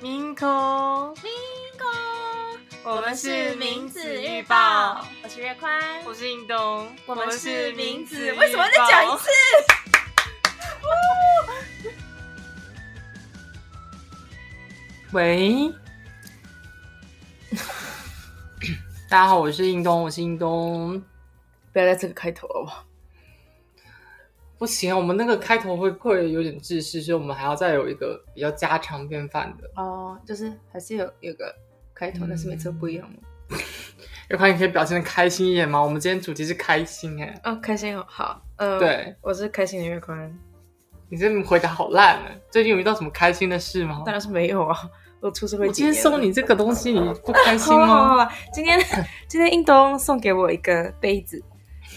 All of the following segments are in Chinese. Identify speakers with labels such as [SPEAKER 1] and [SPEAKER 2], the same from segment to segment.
[SPEAKER 1] 明空，
[SPEAKER 2] 明工，
[SPEAKER 1] 我们是明子预报，，
[SPEAKER 2] 我是月宽，
[SPEAKER 1] 我是应东，
[SPEAKER 2] 我们是明子，
[SPEAKER 1] 预报
[SPEAKER 2] 为什么再讲一次？？
[SPEAKER 1] 喂，大家好，我是应东，我是应东。
[SPEAKER 2] 不要在这个开头好不好？
[SPEAKER 1] 不行，我们那个开头会会有点窒息，所以我们还要再有一个比较家常便饭的。
[SPEAKER 2] 哦，就是还是有有个开头，但是每次都不一样嘛。
[SPEAKER 1] 要不然你哎可以表现的开心一点吗？我们今天主题是开心哎、
[SPEAKER 2] 哦，开心哦，好，呃，，
[SPEAKER 1] 对
[SPEAKER 2] 我是开心的月宽，
[SPEAKER 1] 你这回答好烂啊！最近有遇到什么开心的事吗？
[SPEAKER 2] 当然是没有啊，我出社会
[SPEAKER 1] 我
[SPEAKER 2] 几
[SPEAKER 1] 今天
[SPEAKER 2] 年了
[SPEAKER 1] 送你这个东西，你不开心
[SPEAKER 2] 好 好
[SPEAKER 1] 吗？
[SPEAKER 2] 好好今天今天英东送给我一个杯子，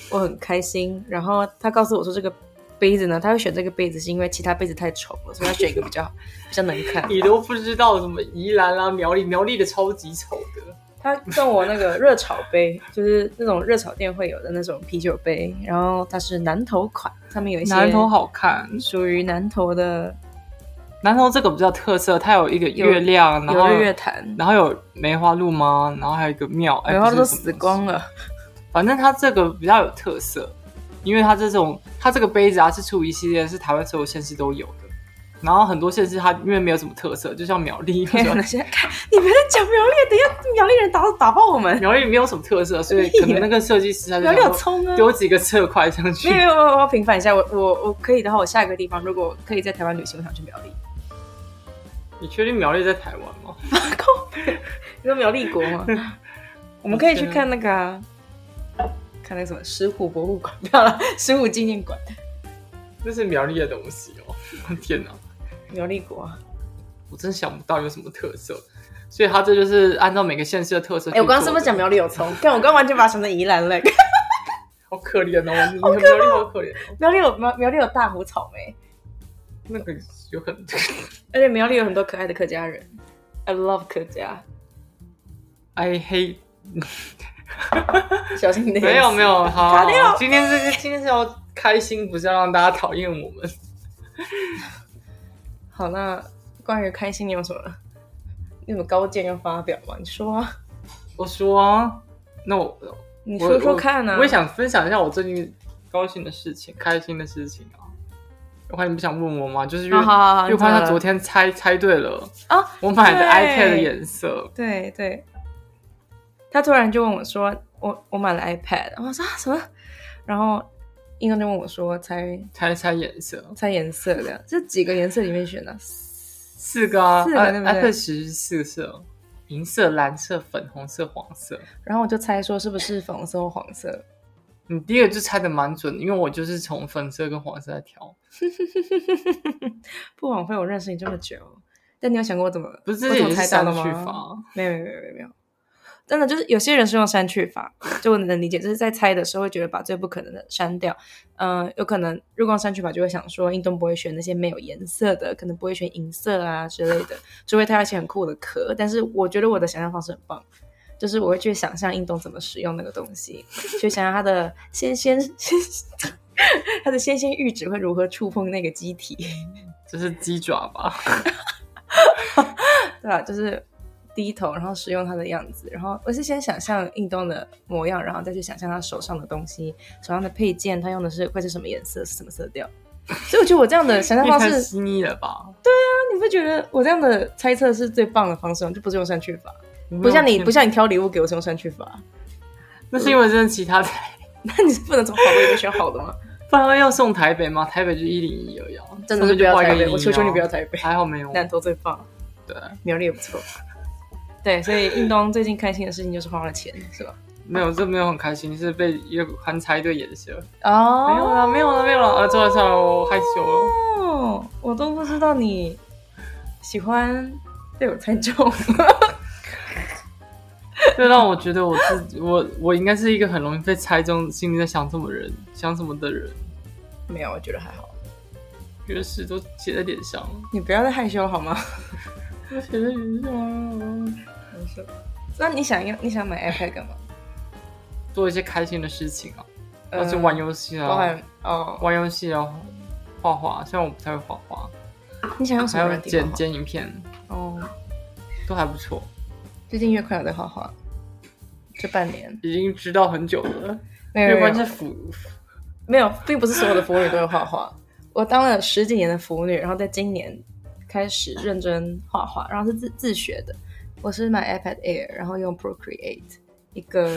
[SPEAKER 2] 我很开心。然后他告诉我说，这个杯子呢，他会选这个杯子是因为其他杯子太丑了，所以要选一个比较比较能看。
[SPEAKER 1] 你都不知道什么宜兰啦、苗栗，苗栗的超级丑的。
[SPEAKER 2] 他送我那个热炒杯，就是那种热炒店会有的那种啤酒杯，然后它是南投款，上面有一些
[SPEAKER 1] 南头好看，
[SPEAKER 2] 属于南投的
[SPEAKER 1] 南头这个比较特色，它有一个
[SPEAKER 2] 有
[SPEAKER 1] 月亮，然
[SPEAKER 2] 有
[SPEAKER 1] 后
[SPEAKER 2] 日月潭，
[SPEAKER 1] 然后有梅花鹿吗？然后还有一个庙，哎
[SPEAKER 2] 然后
[SPEAKER 1] 不
[SPEAKER 2] 都
[SPEAKER 1] 是
[SPEAKER 2] 死光了。
[SPEAKER 1] 反正它这个比较有特色，因为它这种它这个杯子啊是出一系列，是台湾所有县市都有的。然后很多县市它因为没有什么特色，就像苗 栗，
[SPEAKER 2] 天哪！现在看你们在讲苗栗，等一下苗栗人打打爆我们。
[SPEAKER 1] 苗栗没有什么特色，所以可能那个设计师他就
[SPEAKER 2] 苗
[SPEAKER 1] 想
[SPEAKER 2] 栗有
[SPEAKER 1] 说
[SPEAKER 2] 葱啊，
[SPEAKER 1] 丢几个侧块上去
[SPEAKER 2] 没有，没有，我我要平反一下，我我我可以的话，我下一个地方如果可以在台湾旅行，我想去苗栗。
[SPEAKER 1] 你确定苗栗在台湾吗？
[SPEAKER 2] 你说苗栗国吗？我们可以去看那个、啊，看那个什么石虎博物馆，不要了，石虎纪念馆，
[SPEAKER 1] 那是苗栗的东西哦！ 天哪，
[SPEAKER 2] 苗栗国啊。
[SPEAKER 1] 我真想不到有什么特色，所以它这就是按照每个县市的特色。
[SPEAKER 2] 哎、我刚刚是不是讲？苗栗有葱？看我刚刚完全把它想成宜兰了。
[SPEAKER 1] 好可怜哦， 你们苗栗好可怜哦。
[SPEAKER 2] 苗栗有苗苗栗有大湖草莓，
[SPEAKER 1] 那个有很 多，
[SPEAKER 2] 而且苗栗有很多可爱的客家人。I love 客家，
[SPEAKER 1] I hate
[SPEAKER 2] 小心你的
[SPEAKER 1] 哎没有没
[SPEAKER 2] 有，
[SPEAKER 1] 有，好，
[SPEAKER 2] 卡掉
[SPEAKER 1] 今天是今天是要开心，不是要让大家讨厌我们。
[SPEAKER 2] 好，那关于开心，你有什么你有什么高见要发表吗？你说啊，我
[SPEAKER 1] 我说，啊那我
[SPEAKER 2] 你
[SPEAKER 1] 你
[SPEAKER 2] 说说看啊。
[SPEAKER 1] 我也想分享一下我最近高兴的事情、开心的事情啊。我看你不想问我吗？就是因为
[SPEAKER 2] 好好好，
[SPEAKER 1] 又
[SPEAKER 2] 你
[SPEAKER 1] 宽他
[SPEAKER 2] 怎么了
[SPEAKER 1] 昨天猜猜对了
[SPEAKER 2] 啊！
[SPEAKER 1] 我买的
[SPEAKER 2] 对
[SPEAKER 1] iPad 的颜色，
[SPEAKER 2] 对对，他突然就问我说：“我我买了 iPad。”我说、啊、什么？然后英哥就问我说：“猜
[SPEAKER 1] 猜猜颜色，
[SPEAKER 2] 猜颜色的，这几个颜色里面选的、
[SPEAKER 1] 四个啊
[SPEAKER 2] 四个
[SPEAKER 1] 啊
[SPEAKER 2] 对不对
[SPEAKER 1] ，iPad 十是四色，银色、蓝色、粉红色、黄色。
[SPEAKER 2] 然后我就猜说是不是粉红色或黄色？
[SPEAKER 1] 你第一个就猜的蛮准的，因为我就是从粉色跟黄色来挑，
[SPEAKER 2] 不枉费我认识你这么久。但你有想过我怎么
[SPEAKER 1] 不是
[SPEAKER 2] 我
[SPEAKER 1] 这
[SPEAKER 2] 怎么
[SPEAKER 1] 也是
[SPEAKER 2] 猜
[SPEAKER 1] 删
[SPEAKER 2] 到的
[SPEAKER 1] 去
[SPEAKER 2] 吗？
[SPEAKER 1] 法。
[SPEAKER 2] 没有没有没有没有没有，真的就是有些人是用删去法，就我能理解，就是在猜的时候会觉得把最不可能的删掉。呃，有可能日光删去法就会想说，运动不会选那些没有颜色的，可能不会选银色啊之类的，除非它有一些很酷的壳。但是我觉得我的想象方式很棒。就是我会去想象运动怎么使用那个东西，去想象它的纤纤 它的纤纤玉指会如何触碰那个机体。
[SPEAKER 1] 这是鸡爪吧？
[SPEAKER 2] 对啊，就是低头，然后使用它的样子，然后我是先想象运动的模样，然后再去想象他手上的东西，手上的配件，他用的是会是什么颜色，是什么色 调。所以我觉得我这样的想象
[SPEAKER 1] 也
[SPEAKER 2] 方
[SPEAKER 1] 太
[SPEAKER 2] 式，
[SPEAKER 1] 细腻了吧？
[SPEAKER 2] 你不觉得我这样的猜测是最棒的方式吗？就不是用删去法，不像你不像你挑礼物给我是用删去法，
[SPEAKER 1] 那是因为真的其他台，
[SPEAKER 2] 那你是不能从好的里面选好的吗？
[SPEAKER 1] 不然要送台北吗？台北就一零一而已啊，
[SPEAKER 2] 真的
[SPEAKER 1] 上面
[SPEAKER 2] 是不
[SPEAKER 1] 就
[SPEAKER 2] 要
[SPEAKER 1] 画一
[SPEAKER 2] 台
[SPEAKER 1] 个
[SPEAKER 2] 北，我
[SPEAKER 1] 101
[SPEAKER 2] 求求你
[SPEAKER 1] 啊
[SPEAKER 2] 不要台北，
[SPEAKER 1] 还好没有，
[SPEAKER 2] 南投最棒，
[SPEAKER 1] 对，
[SPEAKER 2] 苗栗也不错。 对，所以运动最近开心的事情就是花了钱，是吧？
[SPEAKER 1] 没有，这没有很开心，是被一个宽猜对颜色。
[SPEAKER 2] 哦
[SPEAKER 1] 没有了，没有了，没有了啊！算了算了，我害羞了。
[SPEAKER 2] 哦，我都不知道你喜欢被我猜 中。
[SPEAKER 1] 这让我觉得我自己，我我应该是一个很容易被猜中，心里在想什么人，想什么的人，
[SPEAKER 2] 没有，我觉得还好。
[SPEAKER 1] 觉得事都写在脸上，
[SPEAKER 2] 你不要再害羞好吗？
[SPEAKER 1] 都写在脸上，
[SPEAKER 2] 没事。那你想要你想买 iPad 干嘛？
[SPEAKER 1] 做一些开心的事情啊，
[SPEAKER 2] 呃
[SPEAKER 1] 要去玩游戏
[SPEAKER 2] 包
[SPEAKER 1] 啊，
[SPEAKER 2] 含哦，
[SPEAKER 1] 玩游戏啊，画画。虽然我不太会画画，
[SPEAKER 2] 你想用什
[SPEAKER 1] 还
[SPEAKER 2] 么
[SPEAKER 1] 有
[SPEAKER 2] 软体
[SPEAKER 1] 剪
[SPEAKER 2] 吗？
[SPEAKER 1] 剪影片，
[SPEAKER 2] 哦，
[SPEAKER 1] 都还不错，
[SPEAKER 2] 最近月快有在画画，这半年
[SPEAKER 1] 已经知道很久了。
[SPEAKER 2] 没有
[SPEAKER 1] 月关
[SPEAKER 2] 没
[SPEAKER 1] 是
[SPEAKER 2] 有
[SPEAKER 1] 腐，
[SPEAKER 2] 没有，并不是所有的腐女都会画画。我当了十几年的腐女，然后在今年开始认真画画，然后是自自学的。我是买 iPad Air，然后用 Procreate 一个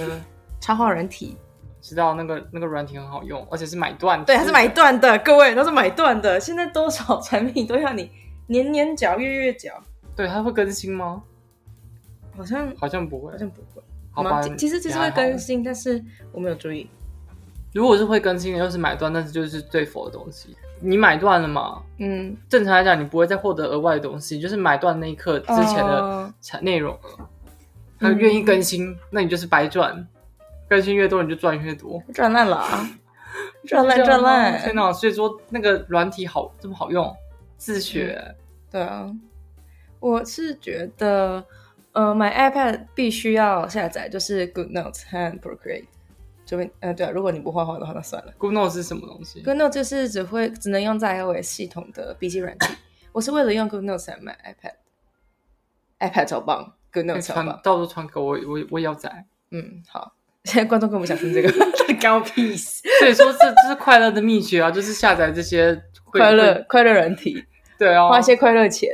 [SPEAKER 2] 插画软体，
[SPEAKER 1] 知道那个那个软体很好用，而且是买断制，
[SPEAKER 2] 对，它是买断的，各位都是买断的。现在多少产品都要你年年缴、月月缴，
[SPEAKER 1] 对，它会更新吗？
[SPEAKER 2] 好像
[SPEAKER 1] 好像不会
[SPEAKER 2] 好。像不会。
[SPEAKER 1] 好吧
[SPEAKER 2] 吗？其其实其实
[SPEAKER 1] 也还
[SPEAKER 2] 会
[SPEAKER 1] 好
[SPEAKER 2] 更新，但是我没有注意。
[SPEAKER 1] 如果是会更新的，又是买断，但是就是最佛的东西。你买断了嘛？
[SPEAKER 2] 嗯，
[SPEAKER 1] 正常来讲，你不会再获得额外的东西，就是买断那一刻之前的
[SPEAKER 2] 哦嗯
[SPEAKER 1] 产内容了。他愿意更新，那你就是白赚。更新越多，你就赚越多。
[SPEAKER 2] 赚烂了啊， 赚烂
[SPEAKER 1] 就这样
[SPEAKER 2] 赚
[SPEAKER 1] 啊
[SPEAKER 2] 烂
[SPEAKER 1] 天。哪！所以说那个软体好这么好用，自学、
[SPEAKER 2] 对啊，我是觉得，呃，买 iPad 必须要下载就是 Good Notes 和 Procreate。就会呃，对啊，如果你不画画的话，那算了。
[SPEAKER 1] Good Note 是什么东西？
[SPEAKER 2] Good Notes 就是只会只能用在 iOS 系统的笔记 软件。我是为了用 Good Notes 才买 iPad，iPad 超棒，Good
[SPEAKER 1] 可以
[SPEAKER 2] Notes 超
[SPEAKER 1] 传
[SPEAKER 2] 棒。
[SPEAKER 1] 到处传给我，我我也要在。
[SPEAKER 2] 嗯，好， 现在观众根本不想听这个，干我屁事！
[SPEAKER 1] 所以说这这是快乐的秘诀啊，就是下载这些 会
[SPEAKER 2] 快乐
[SPEAKER 1] 会
[SPEAKER 2] 快乐软体，
[SPEAKER 1] 对啊，
[SPEAKER 2] 花一些快乐钱，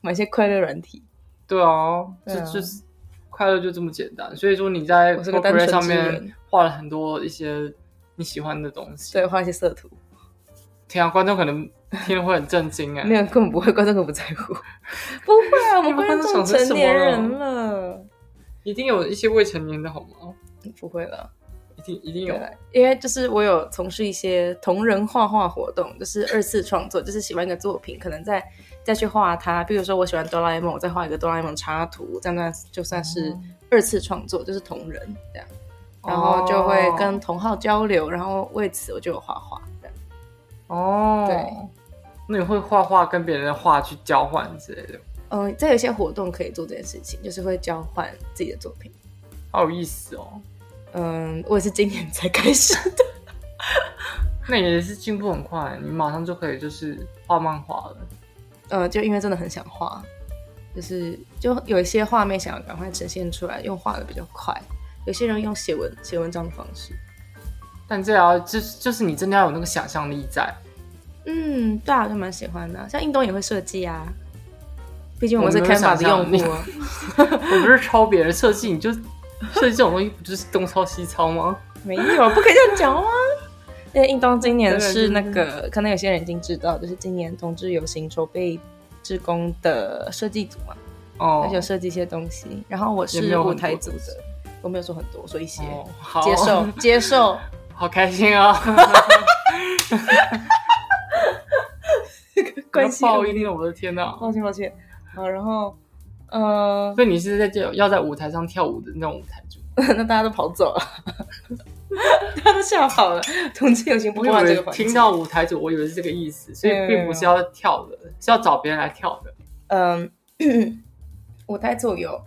[SPEAKER 2] 买一些快乐软体。
[SPEAKER 1] 对啊，
[SPEAKER 2] 对
[SPEAKER 1] 这
[SPEAKER 2] 啊
[SPEAKER 1] 就是快乐就这么简单。所以说你在
[SPEAKER 2] 我
[SPEAKER 1] p
[SPEAKER 2] 是
[SPEAKER 1] r
[SPEAKER 2] 个
[SPEAKER 1] o
[SPEAKER 2] 单
[SPEAKER 1] c r e
[SPEAKER 2] 纯之
[SPEAKER 1] 上
[SPEAKER 2] 人
[SPEAKER 1] 面画了很多一些你喜欢的东西。
[SPEAKER 2] 对，，画一些色图，
[SPEAKER 1] 天啊，观众可能听了会很震惊哎、
[SPEAKER 2] 没有根本不会，观众根本不在乎。 不会啊，我们
[SPEAKER 1] 你们观
[SPEAKER 2] 观
[SPEAKER 1] 众
[SPEAKER 2] 众
[SPEAKER 1] 想成
[SPEAKER 2] 成年
[SPEAKER 1] 什
[SPEAKER 2] 人
[SPEAKER 1] 么
[SPEAKER 2] 了，
[SPEAKER 1] 一定有一些未成年的好吗？
[SPEAKER 2] 不会了。
[SPEAKER 1] 一定一定有
[SPEAKER 2] 对，因为就是我有从事一些同人画画活动，就是二次创作，就是喜欢一个作品，可能再再去画它。比如说我喜欢哆啦 A 梦，我再画一个哆啦 A 梦插图，这样那就算是二次创作，就是同人这样。然后就会跟同好交流，然后为此我就有画画这样。
[SPEAKER 1] 哦，
[SPEAKER 2] 对，
[SPEAKER 1] 那你会画画跟别人的画去交换之类的，
[SPEAKER 2] 嗯，在有一些活动可以做这件事情，就是会交换自己的作品。
[SPEAKER 1] 好有意思哦。
[SPEAKER 2] 嗯，我也是今年才开始的。
[SPEAKER 1] 那也是进步很快，你马上就可以就是画漫画了。
[SPEAKER 2] 呃，就因为真的很想画，就是就有一些画面想要赶快呈现出来，用画的比较快。有些人用写文写文章的方式，
[SPEAKER 1] 但这也要就是就是你真的要有那个想象力在。
[SPEAKER 2] 嗯，对啊，我就蛮喜欢的。像运动也会设计啊，毕竟我们
[SPEAKER 1] 我
[SPEAKER 2] 是
[SPEAKER 1] 没有
[SPEAKER 2] Canva 的用
[SPEAKER 1] 想
[SPEAKER 2] 嗯户啊。
[SPEAKER 1] 我不是抄别人设计，你就设计这种东西不就是东抄西抄吗？
[SPEAKER 2] 没有，不可以这样 讲啊！因为印东今年是那
[SPEAKER 1] 当
[SPEAKER 2] 个，可能有些人已经知道，就是今年同志游行筹备志工的设计组啊嘛，
[SPEAKER 1] 哦
[SPEAKER 2] 他，就设计一些东西。然后我
[SPEAKER 1] 也没
[SPEAKER 2] 是
[SPEAKER 1] 有
[SPEAKER 2] 舞
[SPEAKER 1] 很多
[SPEAKER 2] 台组的，我没有说很多，我说一些，
[SPEAKER 1] 哦好
[SPEAKER 2] 接受， 接受。
[SPEAKER 1] 好开心啊！
[SPEAKER 2] 关哦系
[SPEAKER 1] 报应，我的天哪！
[SPEAKER 2] 抱歉抱歉。好，然后，呃，
[SPEAKER 1] 所以你是在这要在舞台上跳舞的那种舞台剧，
[SPEAKER 2] 那大家都跑走了， 大家都吓跑了。同志游行不
[SPEAKER 1] 我以
[SPEAKER 2] 会玩这个
[SPEAKER 1] 为
[SPEAKER 2] 环节。
[SPEAKER 1] 听到舞台组，我以为是这个意思，所以并不是要跳的，是要找别人来跳的。
[SPEAKER 2] 嗯， 舞台组有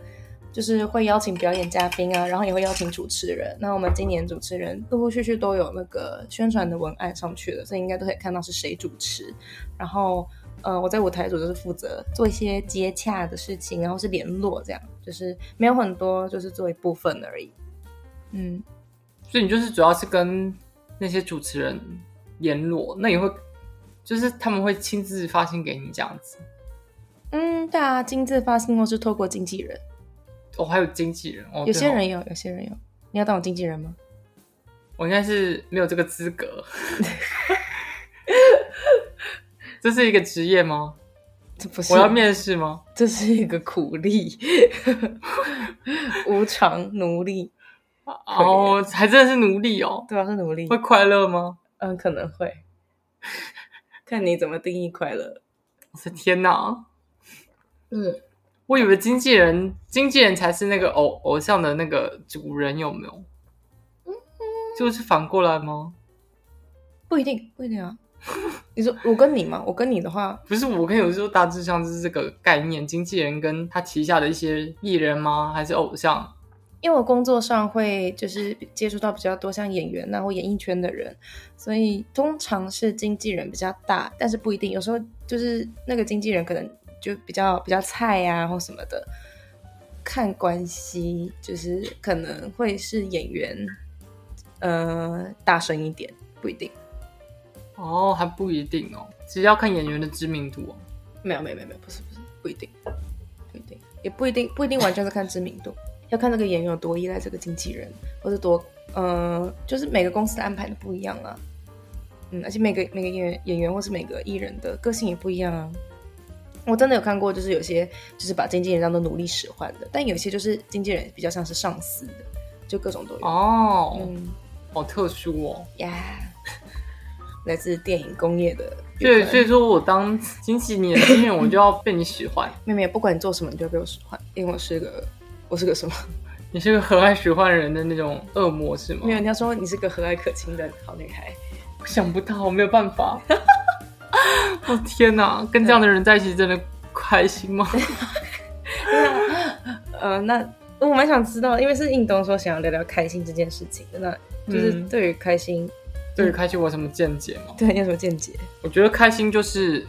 [SPEAKER 2] 就是会邀请表演嘉宾啊，然后也会邀请主持人。那我们今年主持人陆陆续续都有那个宣传的文案上去了，所以应该都可以看到是谁主持。然后，呃，我在舞台组就是负责做一些接洽的事情，然后是联络这样，就是没有很多，就是做一部分而已。嗯，
[SPEAKER 1] 所以你就是主要是跟那些主持人联络，那也会就是他们会亲自发信给你这样子。
[SPEAKER 2] 嗯，对啊，亲自发信或是透过经纪人，
[SPEAKER 1] 哦，还有经纪人，哦、
[SPEAKER 2] 有些
[SPEAKER 1] 对哦
[SPEAKER 2] 人有，有些人有。你要当我经纪人吗？
[SPEAKER 1] 我应该是没有这个资格。 这是一个职业吗？
[SPEAKER 2] 这不是
[SPEAKER 1] 我要面试吗？
[SPEAKER 2] 这是一个苦力， 无偿奴隶，
[SPEAKER 1] 哦，还真的是奴隶哦。
[SPEAKER 2] 对啊，是奴隶
[SPEAKER 1] 会，快乐吗？
[SPEAKER 2] 嗯，可能会，看你怎么定义快乐。
[SPEAKER 1] 我的天哪！
[SPEAKER 2] 嗯，
[SPEAKER 1] 我以为经纪人，经纪人才是那个偶偶像的那个主人，有没有？
[SPEAKER 2] 嗯
[SPEAKER 1] 就是反过来吗？
[SPEAKER 2] 不一定，不一定啊。 你说我跟你吗？我跟你的话，
[SPEAKER 1] 不是，我跟有时候大致上就是这个概念，经纪人跟他旗下的一些艺人吗？还是偶像？
[SPEAKER 2] 因为我工作上会就是接触到比较多像演员啊呐、或演艺圈的人，所以通常是经纪人比较大，但啊是不一定，有时候就是那个经纪人可能就比较比较菜呀、或什么的，看关系，就是可能会是演员，呃，大声一点，不一定。
[SPEAKER 1] 哦，还不一定哦，其实要看演员的知名度哦。
[SPEAKER 2] 没有没有没有没有，不是不是，不一定，不一定，也不一定，不一定完全是看知名度， 要看那个演员有多依赖这个经纪人，或者多，呃，就是每个公司的安排都不一样啊。嗯，而且每个每个演员演员或是每个艺人的个性也不一样啊。我真的有看过，就是有些就是把经纪人当做奴隶使唤的，但有些就是经纪人比较像是上司的，就各种都有。
[SPEAKER 1] 哦，
[SPEAKER 2] 嗯
[SPEAKER 1] 好特殊哦。
[SPEAKER 2] 呀 来自电影工业的部分，
[SPEAKER 1] 对，所以说我当经纪你的经纪人，我就要被你使唤。
[SPEAKER 2] 妹妹，不管你做什么，你就会被我使唤，因为我是个我是个什么？
[SPEAKER 1] 你是个和蔼使唤人的那种恶魔是吗
[SPEAKER 2] 没？有，你要说你是个和蔼可亲的好女孩，
[SPEAKER 1] 我想不到，我没有办 法。我、天哪，跟这样的人在一起真的开心吗？
[SPEAKER 2] 呃，那我蛮想知道，因为是应东说想要聊聊开心这件事情的，那就是
[SPEAKER 1] 嗯
[SPEAKER 2] 对于开心，
[SPEAKER 1] 对于开心我有什么见解吗？
[SPEAKER 2] 对你有什么见解？
[SPEAKER 1] 我觉得开心就是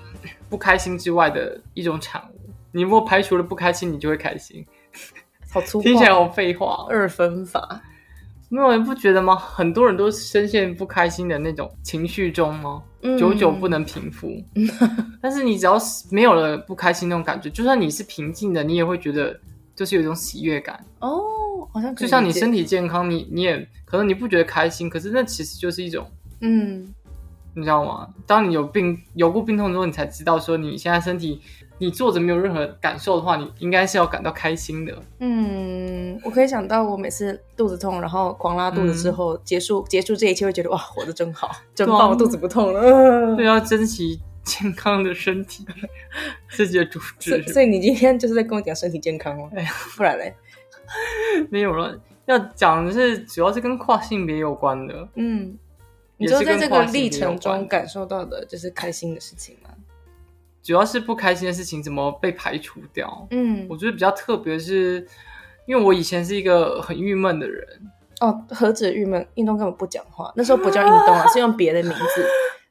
[SPEAKER 1] 不开心之外的一种产物。你如果排除了不开心，你就会开心。
[SPEAKER 2] 好粗
[SPEAKER 1] 听起来
[SPEAKER 2] 犷，
[SPEAKER 1] 好废话哦，
[SPEAKER 2] 二分法，
[SPEAKER 1] 没有人不觉得吗？很多人都深陷不开心的那种情绪中吗？
[SPEAKER 2] 嗯
[SPEAKER 1] 久久不能平复。 但是你只要是没有了不开心那种感觉，就算你是平静的，你也会觉得就是有一种喜悦感。
[SPEAKER 2] 哦，好像可以
[SPEAKER 1] 就像你
[SPEAKER 2] 理解
[SPEAKER 1] 身体健康，你你也可能你不觉得开心，可是那其实就是一种，
[SPEAKER 2] 嗯
[SPEAKER 1] 你知道吗？当你有病有过病痛之后，你才知道说你现在身体你坐着没有任何感受的话，你应该是要感到开心的。
[SPEAKER 2] 嗯，我可以想到我每次肚子痛，然后狂拉肚子之后，结束结束这一切，会觉得哇，活得真好，真
[SPEAKER 1] 嗯对啊
[SPEAKER 2] 棒，我肚子不痛了。呃
[SPEAKER 1] 所以要珍惜健康的身体， 自己的主
[SPEAKER 2] 所
[SPEAKER 1] 旨
[SPEAKER 2] 以
[SPEAKER 1] 是吧
[SPEAKER 2] 所以你今天就是在跟我讲身体健康吗
[SPEAKER 1] 哎呀？
[SPEAKER 2] 不然嘞，
[SPEAKER 1] 没有了。要讲的是，主要是跟跨性别有关的。
[SPEAKER 2] 嗯，你
[SPEAKER 1] 也
[SPEAKER 2] 就是在
[SPEAKER 1] 跟
[SPEAKER 2] 这个
[SPEAKER 1] 跨性别
[SPEAKER 2] 历
[SPEAKER 1] 有
[SPEAKER 2] 程中
[SPEAKER 1] 关
[SPEAKER 2] 感受到的就是开心的事情吗？
[SPEAKER 1] 主要是不开心的事情怎么被排除掉。
[SPEAKER 2] 嗯
[SPEAKER 1] 我，觉得比较特别是，因为我以前是一个很郁闷的人，
[SPEAKER 2] 哦，何止郁闷，运动根本不讲 话，那时候不叫运动啊，是用别的名字。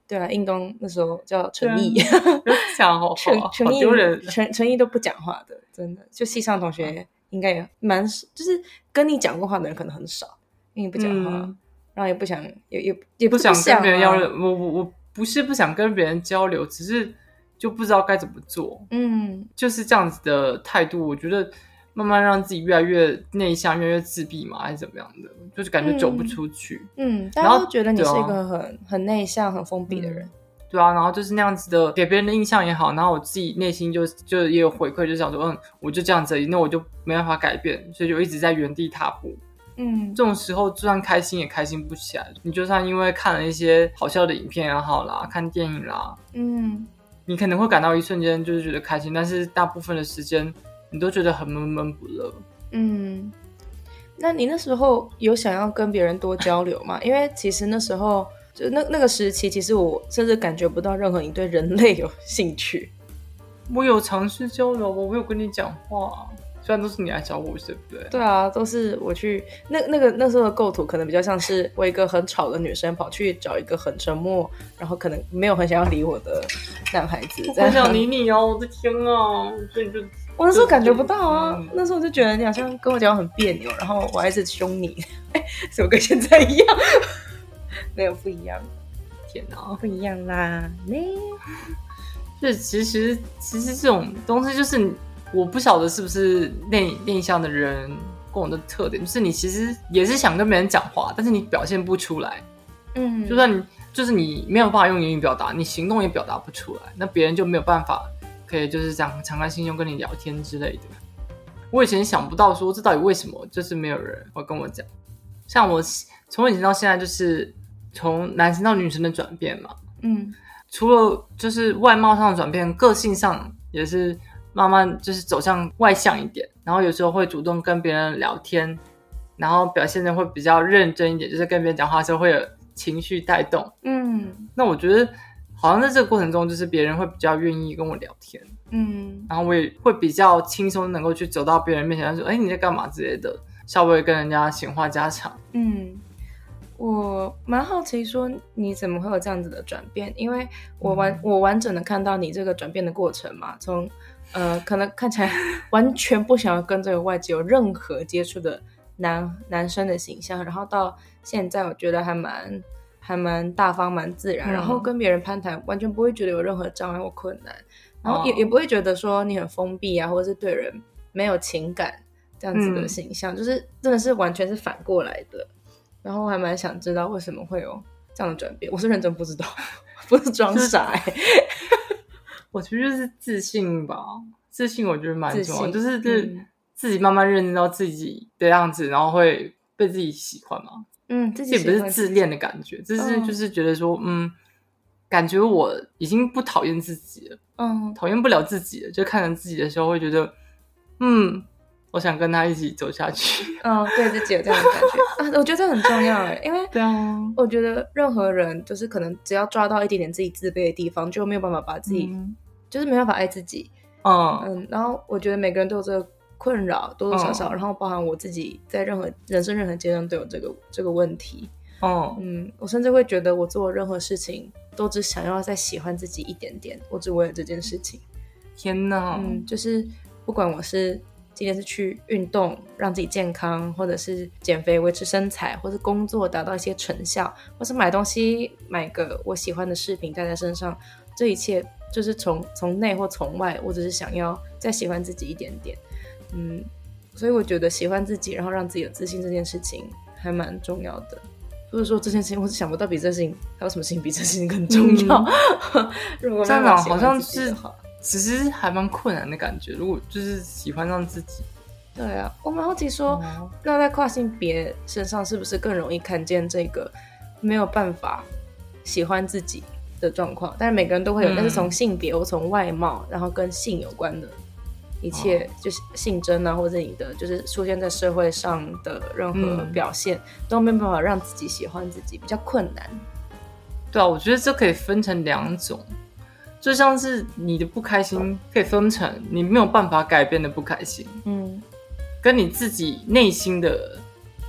[SPEAKER 2] 对啊，运动那时候叫陈毅，
[SPEAKER 1] 想好
[SPEAKER 2] 陈
[SPEAKER 1] 好
[SPEAKER 2] 陈
[SPEAKER 1] 啊好
[SPEAKER 2] 毅
[SPEAKER 1] 丢人。啊
[SPEAKER 2] 陈陈毅都不讲话的，真的。就系上同学应该也蛮，就是跟你讲过话的人可能很少，因为你不讲话，
[SPEAKER 1] 嗯，
[SPEAKER 2] 然后也不想，也也也
[SPEAKER 1] 不
[SPEAKER 2] 不
[SPEAKER 1] 想跟别人要
[SPEAKER 2] 啊
[SPEAKER 1] 认，我我我不是不想跟别人交流，只是就不知道该怎么做，
[SPEAKER 2] 嗯
[SPEAKER 1] 就是这样子的态度。我觉得慢慢让自己越来越内向，越来越自闭嘛，还是怎么样的，就是感觉走不
[SPEAKER 2] 嗯
[SPEAKER 1] 出去。
[SPEAKER 2] 嗯，大
[SPEAKER 1] 然
[SPEAKER 2] 家
[SPEAKER 1] 后
[SPEAKER 2] 都觉得你
[SPEAKER 1] 对
[SPEAKER 2] 是
[SPEAKER 1] 啊
[SPEAKER 2] 一个很、很内向、很封闭的人。
[SPEAKER 1] 对啊，然后就是那样子的，给别人的印象也好，然后我自己内心就就也有回馈，就想说，嗯，我就这样子而已，那我就没办法改变，所以就一直在原地踏步。
[SPEAKER 2] 嗯
[SPEAKER 1] 这种时候，就算开心也开心不起来。你就算因为看了一些好笑的影片也好啦，看电影啦，
[SPEAKER 2] 嗯
[SPEAKER 1] 你可能会感到一瞬间就是觉得开心，但是大部分的时间你都觉得很闷闷不乐。
[SPEAKER 2] 嗯，那你那时候有想要跟别人多交流吗？因为其实那时候就那那个时期，其实我甚至感觉不到任何你对人类有兴趣。
[SPEAKER 1] 我有尝试交流，我有跟你讲话，虽然都是你来找我，对不对？
[SPEAKER 2] 对啊，都是我去那那个那时候的构图，可能比较像是我一个很吵的女生跑去找一个很沉默，然后可能没有很想要理我的男孩子。
[SPEAKER 1] 我想理你哦，我的天啊！所以就
[SPEAKER 2] 我那时候感觉不到啊
[SPEAKER 1] 嗯，
[SPEAKER 2] 那时候我就觉得你好像跟我讲话很别扭，然后我还是凶你，哎怎么跟现在一样？ 没有不一样，
[SPEAKER 1] 天啊哪、
[SPEAKER 2] 哦不一样啦，呢。
[SPEAKER 1] 就其实其实这种东西就是我不晓得是不是内内向的人共同的特点，就是你其实也是想跟别人讲话，但是你表现不出来，
[SPEAKER 2] 嗯，
[SPEAKER 1] 就算你就是你没有办法用言语表达，你行动也表达不出来，那别人就没有办法可以就是这样敞开心胸跟你聊天之类的。我以前想不到说这到底为什么，就是没有人会跟我讲。像我从以前到现在，就是从男生到女生的转变嘛，
[SPEAKER 2] 嗯
[SPEAKER 1] 除了就是外貌上的转变，个性上也是慢慢就是走向外向一点，然后有时候会主动跟别人聊天，然后表现的会比较认真一点，就是跟别人讲话的时候会有情绪带动。
[SPEAKER 2] 嗯
[SPEAKER 1] 那我觉得好像在这个过程中，就是别人会比较愿意跟我聊天，
[SPEAKER 2] 嗯
[SPEAKER 1] 然后我也会比较轻松能够去走到别人面前，说：“哎，你在干嘛？”之类的，稍微跟人家闲话家常。
[SPEAKER 2] 嗯，我蛮好奇说你怎么会有这样子的转变？因为我完、
[SPEAKER 1] 嗯
[SPEAKER 2] 我完整的看到你这个转变的过程嘛，从呃可能看起来 完全不想要跟这个外界有任何接触的男男生的形象，然后到现在我觉得还蛮还蛮大方、蛮自然，
[SPEAKER 1] 嗯
[SPEAKER 2] 然后跟别人攀谈完全不会觉得有任何障碍或困难，然后也、
[SPEAKER 1] 哦
[SPEAKER 2] 也不会觉得说你很封闭啊，或者是对人没有情感这样子的
[SPEAKER 1] 嗯
[SPEAKER 2] 形象，就是真的是完全是反过来的。然后我还蛮想知道为什么会有这样的转变，我是认真不知道， 不是装傻、欸。
[SPEAKER 1] 我觉得是自信吧，自信我觉得蛮重要，
[SPEAKER 2] 自信
[SPEAKER 1] 就是自
[SPEAKER 2] 嗯
[SPEAKER 1] 自己慢慢认识到自己的样子，然后会被自己喜欢嘛。
[SPEAKER 2] 嗯，自己
[SPEAKER 1] 这也不
[SPEAKER 2] 喜
[SPEAKER 1] 是
[SPEAKER 2] 欢
[SPEAKER 1] 自恋的感觉，只是
[SPEAKER 2] 嗯
[SPEAKER 1] 就是觉得说，嗯，感觉我已经不讨厌自己了，
[SPEAKER 2] 嗯，
[SPEAKER 1] 讨厌不了自己了，就看着自己的时候会觉得，嗯，我想跟他一起走下 去。
[SPEAKER 2] 嗯，对自己有这样的感觉啊，我觉得这很重要哎，因为
[SPEAKER 1] 对啊，
[SPEAKER 2] 我觉得任何人就是可能只要抓到一点点自己自卑的地方，就没有办法把自己，
[SPEAKER 1] 嗯
[SPEAKER 2] 就是没办法爱自己。
[SPEAKER 1] 嗯
[SPEAKER 2] 嗯，然后我觉得每个人都有这个困扰，多多少少，然后包含我自己在任何人生任何阶段都有这个这个问题。
[SPEAKER 1] 嗯
[SPEAKER 2] 嗯，我甚至会觉得我做任何事情都只想要再喜欢自己一点点，我只为了这件事情。
[SPEAKER 1] 天哪，
[SPEAKER 2] 嗯，就是不管我是今天是去运动让自己健康，或者是减肥维持身材，或是工作达到一些成效，或是买东西买个我喜欢的饰品戴在身上，这一切就是从从内或从外，我只是想要再喜欢自己一点点。嗯，所以我觉得喜欢自己，然后让自己有自信这件事情还蛮重要的。不是说这件事情，我是想不到比这事情还有什么事情比这事情更重要。
[SPEAKER 1] 嗯
[SPEAKER 2] 如果没有
[SPEAKER 1] 站长
[SPEAKER 2] 喜欢
[SPEAKER 1] 哦好像
[SPEAKER 2] 自己
[SPEAKER 1] 是
[SPEAKER 2] 的话
[SPEAKER 1] 其实还蛮困难的感觉。如果就是喜欢上自己，
[SPEAKER 2] 对啊，我蛮好奇说，
[SPEAKER 1] 哦，
[SPEAKER 2] 那在跨性别身上是不是更容易看见这个没有办法喜欢自己的状况？但是每个人都会有，
[SPEAKER 1] 嗯
[SPEAKER 2] 但是从性别或从外貌，然后跟性有关的一切，就是性征啊，或者你的就是出现在社会上的任何
[SPEAKER 1] 嗯
[SPEAKER 2] 表现，都没有办法让自己喜欢自己，比较困难。
[SPEAKER 1] 对啊，我觉得这可以分成两种，就像是你的不开心可以分成你没有办法改变的不开心，
[SPEAKER 2] 嗯
[SPEAKER 1] 跟你自己内心的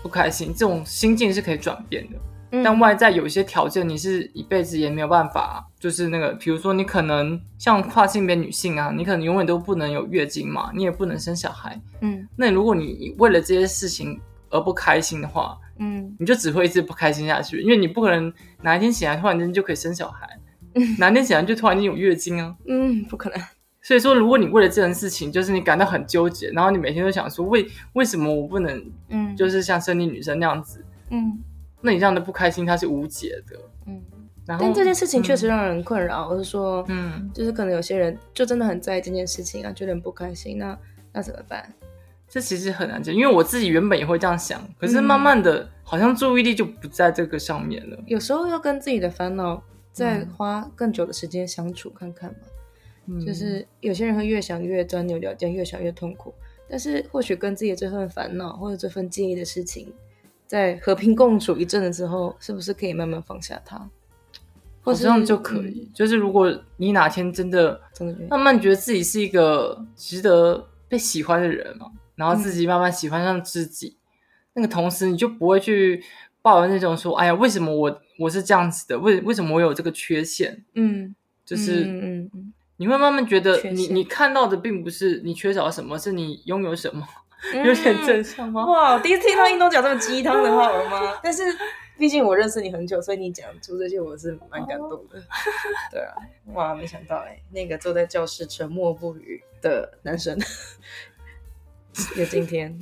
[SPEAKER 1] 不开心，这种心境是可以转变的。
[SPEAKER 2] 嗯
[SPEAKER 1] 但外在有一些条件，你是一辈子也没有办法，就是那个，比如说你可能像跨性别女性啊，你可能永远都不能有月经嘛，你也不能生小孩。
[SPEAKER 2] 嗯
[SPEAKER 1] 那如果你为了这些事情而不开心的话，
[SPEAKER 2] 嗯
[SPEAKER 1] 你就只会一直不开心下去，因为你不可能哪一天起来突然间就可以生小 孩，哪一天起来就突然间有月经啊。
[SPEAKER 2] 嗯，不可能。
[SPEAKER 1] 所以说，如果你为了这件事情，就是你感到很纠结，然后你每天都想说为为什么我不能
[SPEAKER 2] 嗯，
[SPEAKER 1] 就是像生理女生那样子，
[SPEAKER 2] 嗯
[SPEAKER 1] 那你这样的不开心它是无解的。
[SPEAKER 2] 嗯，
[SPEAKER 1] 然后，
[SPEAKER 2] 但这件事情确实让人困扰。我是说，
[SPEAKER 1] 嗯，
[SPEAKER 2] 就是可能有些人就真的很在意这件事情啊，觉得很不开心，那那怎么办？
[SPEAKER 1] 这其实很难解，因为我自己原本也会这样想，可
[SPEAKER 2] 嗯
[SPEAKER 1] 是慢慢的，好像注意力就不在这个上面了。
[SPEAKER 2] 有时候要跟自己的烦恼再
[SPEAKER 1] 嗯
[SPEAKER 2] 花更久的时间相处看看吧。
[SPEAKER 1] 嗯
[SPEAKER 2] 就是有些人会越想越钻牛角尖，越想越痛苦，但是或许跟自己的这份烦恼或者这份介意的事情，在和平共处一阵子之后，是不是可以慢慢放下它？
[SPEAKER 1] 好
[SPEAKER 2] 或是
[SPEAKER 1] 像就可以，就是如果你哪天真的
[SPEAKER 2] 嗯真的觉得
[SPEAKER 1] 慢慢觉得自己是一个值得被喜欢的人嘛，然后
[SPEAKER 2] 嗯
[SPEAKER 1] 自己慢慢喜欢上自己，那个同时你就不会去抱有那种说，哎呀，为什么我我是这样子的，为为什么我有这个缺陷？
[SPEAKER 2] 嗯，
[SPEAKER 1] 就是
[SPEAKER 2] 嗯嗯嗯
[SPEAKER 1] 你会慢慢觉得
[SPEAKER 2] 缺
[SPEAKER 1] 你，
[SPEAKER 2] 陷
[SPEAKER 1] 你看到的并不是你缺少什么，是你拥有什么，
[SPEAKER 2] 嗯
[SPEAKER 1] 有点正向吗？
[SPEAKER 2] 哇，我第一次听到运动讲这么鸡汤的话，我 妈。但是毕竟我认识你很久，所以你讲出这些，我是蛮感动的。 对啊，哇，没想到哎、那个坐在教室沉默不语的男生， 有今天。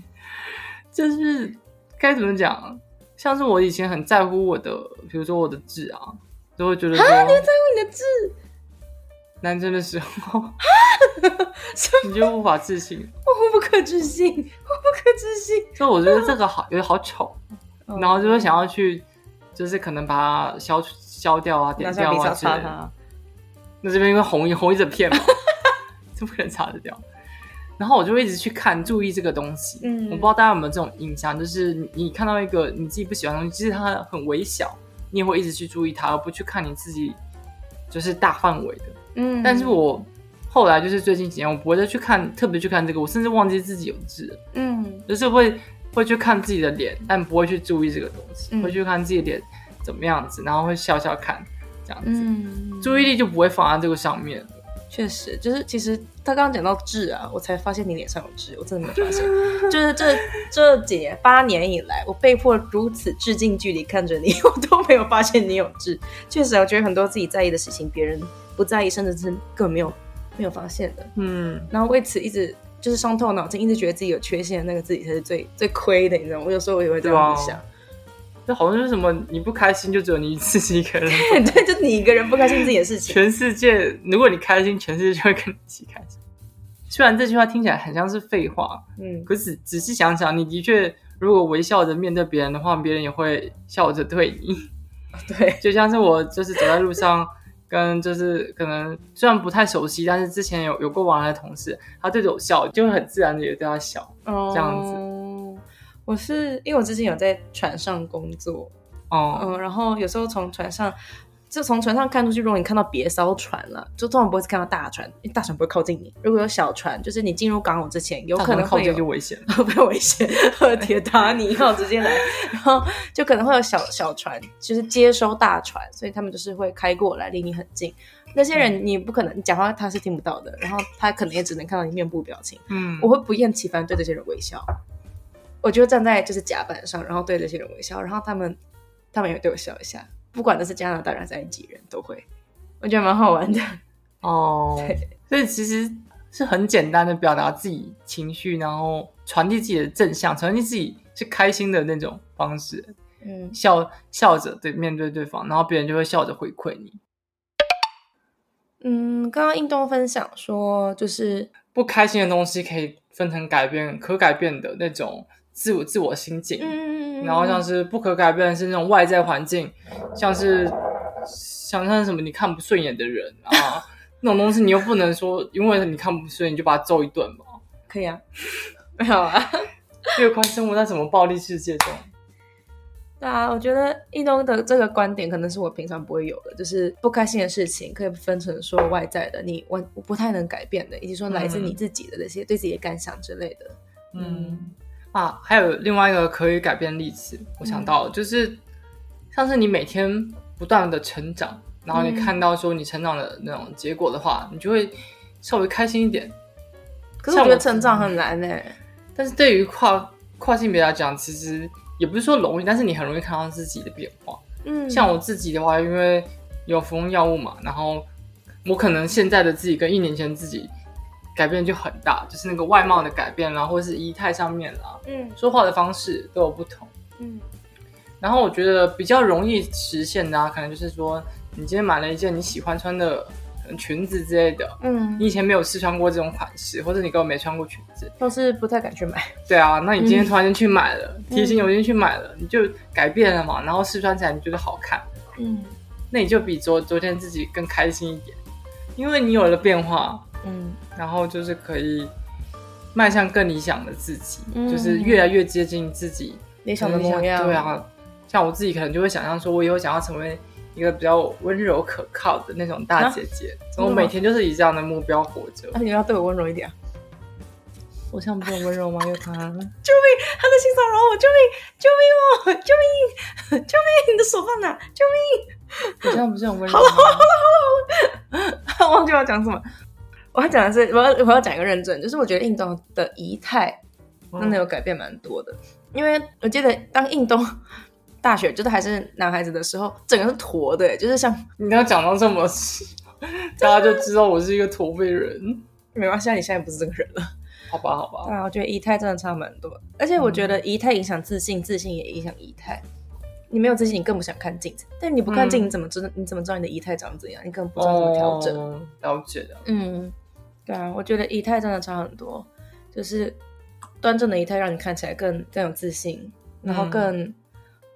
[SPEAKER 1] 就是该怎么讲？像是我以前很在乎我的，比如说我的痣啊，就会觉得说
[SPEAKER 2] 啊你的字
[SPEAKER 1] 男生的时候，
[SPEAKER 2] 啊
[SPEAKER 1] 你就无法置信。
[SPEAKER 2] 我不可置信，我不可置信。
[SPEAKER 1] 所以我觉得这个好有点好丑，
[SPEAKER 2] 哦嗯
[SPEAKER 1] 然后就会想要去，就是可能把它消除消掉啊、点
[SPEAKER 2] 拿
[SPEAKER 1] 掉
[SPEAKER 2] 橡皮
[SPEAKER 1] 啊
[SPEAKER 2] 擦
[SPEAKER 1] 之
[SPEAKER 2] 擦
[SPEAKER 1] 类的。
[SPEAKER 2] 它。
[SPEAKER 1] 那这边因为红一红一整片 嘛，就不能擦得掉。然后我就会一直去看、注意这个东西。
[SPEAKER 2] 嗯
[SPEAKER 1] 我不知道大家有没有这种印象，就是你你看到一个你自己不喜欢的东西，即使它很微小，你也会一直去注意它，而不去看你自己就是大范围的。
[SPEAKER 2] 嗯
[SPEAKER 1] 但是我后来就是最近几年，我不会再去看，特别去看这个，我甚至忘记自己有痣了，
[SPEAKER 2] 嗯
[SPEAKER 1] 就是会会去看自己的脸，但不会去注意这个东西，
[SPEAKER 2] 嗯
[SPEAKER 1] 会去看自己的脸怎么样子，然后会笑笑看这样子，
[SPEAKER 2] 嗯，
[SPEAKER 1] 注意力就不会放在这个上面了。
[SPEAKER 2] 确实，就是其实他刚刚讲到痣啊，我才发现你脸上有痣，我真的没发现。就是这这几年八年以来，我被迫如此至近距离看着你， 我都没有发现你有痣。确实，啊我觉得很多自己在意的事情，别人不在意，甚至是根本没有没有发现的。
[SPEAKER 1] 嗯，
[SPEAKER 2] 然后为此一直就是伤透脑筋，一直觉得自己有缺陷，那个自己才是最最亏的，你知道吗？我有时候我也会这样子
[SPEAKER 1] 对啊
[SPEAKER 2] 想。
[SPEAKER 1] 这好像是什么你不开心就只有你自己一个人，
[SPEAKER 2] 对，就你一个人不开心自己的事情。
[SPEAKER 1] 全世界如果你开心，全世界就会跟你一起开心。虽然这句话听起来很像是废话，
[SPEAKER 2] 嗯，
[SPEAKER 1] 可是仔细想想，你的确如果微笑着面对别人的话，别人也会笑着对你。
[SPEAKER 2] 对，
[SPEAKER 1] 就像是我就是走在路上， 跟就是可能虽然不太熟悉，但是之前有有过往来的同事，他对着我笑，就会很自然的也对他笑。
[SPEAKER 2] 这
[SPEAKER 1] 样子
[SPEAKER 2] 哦我是因为我之前有在船上工作，
[SPEAKER 1] 哦、
[SPEAKER 2] 嗯，然后有时候从船上，就从船上看出去，如果你看到别艘船了，就通常不会看到大船，因为大船不会靠近你。如果有小船，就是你进入港口之前，有
[SPEAKER 1] 有
[SPEAKER 2] 可能
[SPEAKER 1] 靠
[SPEAKER 2] 会有
[SPEAKER 1] 近就危险了。
[SPEAKER 2] 被危险，和铁达尼号直接来，然后就可能会有小小船，就是接收大船，所以他们就是会开过来，离你很近。那些
[SPEAKER 1] 嗯
[SPEAKER 2] 人你不可能你讲话他是听不到的，然后他可能也只能看到你面部表情。
[SPEAKER 1] 嗯，
[SPEAKER 2] 我会不厌其烦对这些人微笑，我就站在就是甲板上，然后对这些人微笑，然后他们他们也对我笑一下，不管那是加拿大人还是埃及人都会，我觉得蛮好玩的。
[SPEAKER 1] 哦，所以其实是很简单的表达自己情绪，然后传递自己的正向，传递自己是开心的那种方式，
[SPEAKER 2] 嗯，
[SPEAKER 1] 笑笑着对面对对方，然后别人就会笑着回馈你。
[SPEAKER 2] 嗯，刚刚印东分享说，就是
[SPEAKER 1] 不开心的东西可以分成改变、可改变的那种自我自我心境，
[SPEAKER 2] 嗯，
[SPEAKER 1] 然后像是不可改变的是那种外在环境，像是想象什么你看不顺眼的人 啊，那种东西你又不能说，因为你看不顺眼你就把他揍一顿嘛。
[SPEAKER 2] 可以啊， 没有啊，
[SPEAKER 1] 越快生活在什么暴力世界中？
[SPEAKER 2] 对啊，我觉得印东的这个观点可能是我平常不会有的，就是不开心的事情可以分成说外在的，你我我不太能改变的，以及说来自你自己的那些、对自己的感想之类的。
[SPEAKER 1] 嗯啊，还有另外一个可以改变例子，我想
[SPEAKER 2] 嗯
[SPEAKER 1] 到了、就是像是你每天不断的成长，然后你
[SPEAKER 2] 嗯
[SPEAKER 1] 看到说你成长的那种结果的话，你就会稍微开心一点。
[SPEAKER 2] 可是我觉得成长很难呢、欸
[SPEAKER 1] 但是对于跨跨性别来讲，其实也不是说容易，但是你很容易看到自己的变化。
[SPEAKER 2] 嗯，
[SPEAKER 1] 像我自己的话，因为有服用药物嘛，然后我可能现在的自己跟一年前自己改变就很大，就是那个外貌的改变啦，或者是仪态上面啊啦，
[SPEAKER 2] 嗯
[SPEAKER 1] 说话的方式都有不同。
[SPEAKER 2] 嗯
[SPEAKER 1] 然后我觉得比较容易实现的、啊，可能就是说，你今天买了一件你喜欢穿的可能裙子之类的，
[SPEAKER 2] 嗯，
[SPEAKER 1] 你以前没有试穿过这种款式，或者你根本没穿过裙子，
[SPEAKER 2] 都是不太敢去买。
[SPEAKER 1] 对啊，那你今天突然间去买了，
[SPEAKER 2] 嗯
[SPEAKER 1] 提醒我今天去买了，你就改变了嘛，然后试穿起来你觉得好看，
[SPEAKER 2] 嗯
[SPEAKER 1] 那你就比昨昨天自己更开心一点，因为你有了变化，
[SPEAKER 2] 嗯
[SPEAKER 1] 然后就是可以迈向更理想的自己，
[SPEAKER 2] 嗯
[SPEAKER 1] 就是越来越接近自己
[SPEAKER 2] 理想的模样。
[SPEAKER 1] 对，啊，像我自己可能就会想象说，我以后想要成为一个比较温柔可靠的那种大姐姐，
[SPEAKER 2] 啊真
[SPEAKER 1] 我
[SPEAKER 2] 的吗
[SPEAKER 1] 每天就是以这样的目标活 着。
[SPEAKER 2] 那、你要对我温柔一点、啊。
[SPEAKER 1] 我像不很温柔吗？又 他。
[SPEAKER 2] 他在性骚扰我，救命！救命哦！救命！救命！你的手放哪？救
[SPEAKER 1] 我这样不是很温柔吗？
[SPEAKER 2] 命！忘记 我要讲什么。我要讲的是，我要我要讲一个认真，就是我觉得运动的仪态
[SPEAKER 1] 哦
[SPEAKER 2] 真的有改变蛮多的。因为我记得当印东大学就是还是男孩子的时候，整个是驼的、欸就是像
[SPEAKER 1] 嗯你要讲到这么细，大家就知道我是一个驼背人，
[SPEAKER 2] 没关系，啊你现在不是这个人了。
[SPEAKER 1] 好吧，好嗯吧。
[SPEAKER 2] 对啊，我觉得仪态真的差蛮多，而且我觉得仪态影响自信，自信也影响仪态。你没有自信，你更不想看镜子。但你不看镜，
[SPEAKER 1] 嗯
[SPEAKER 2] 你怎么知道？你怎么知道你的仪态长怎样？你根本不嗯知道怎么调整。
[SPEAKER 1] 哦，了解的。
[SPEAKER 2] 嗯，对啊，我觉得仪态真的差很多，就是端正的仪态让你看起来更更有自信，
[SPEAKER 1] 嗯
[SPEAKER 2] 然后更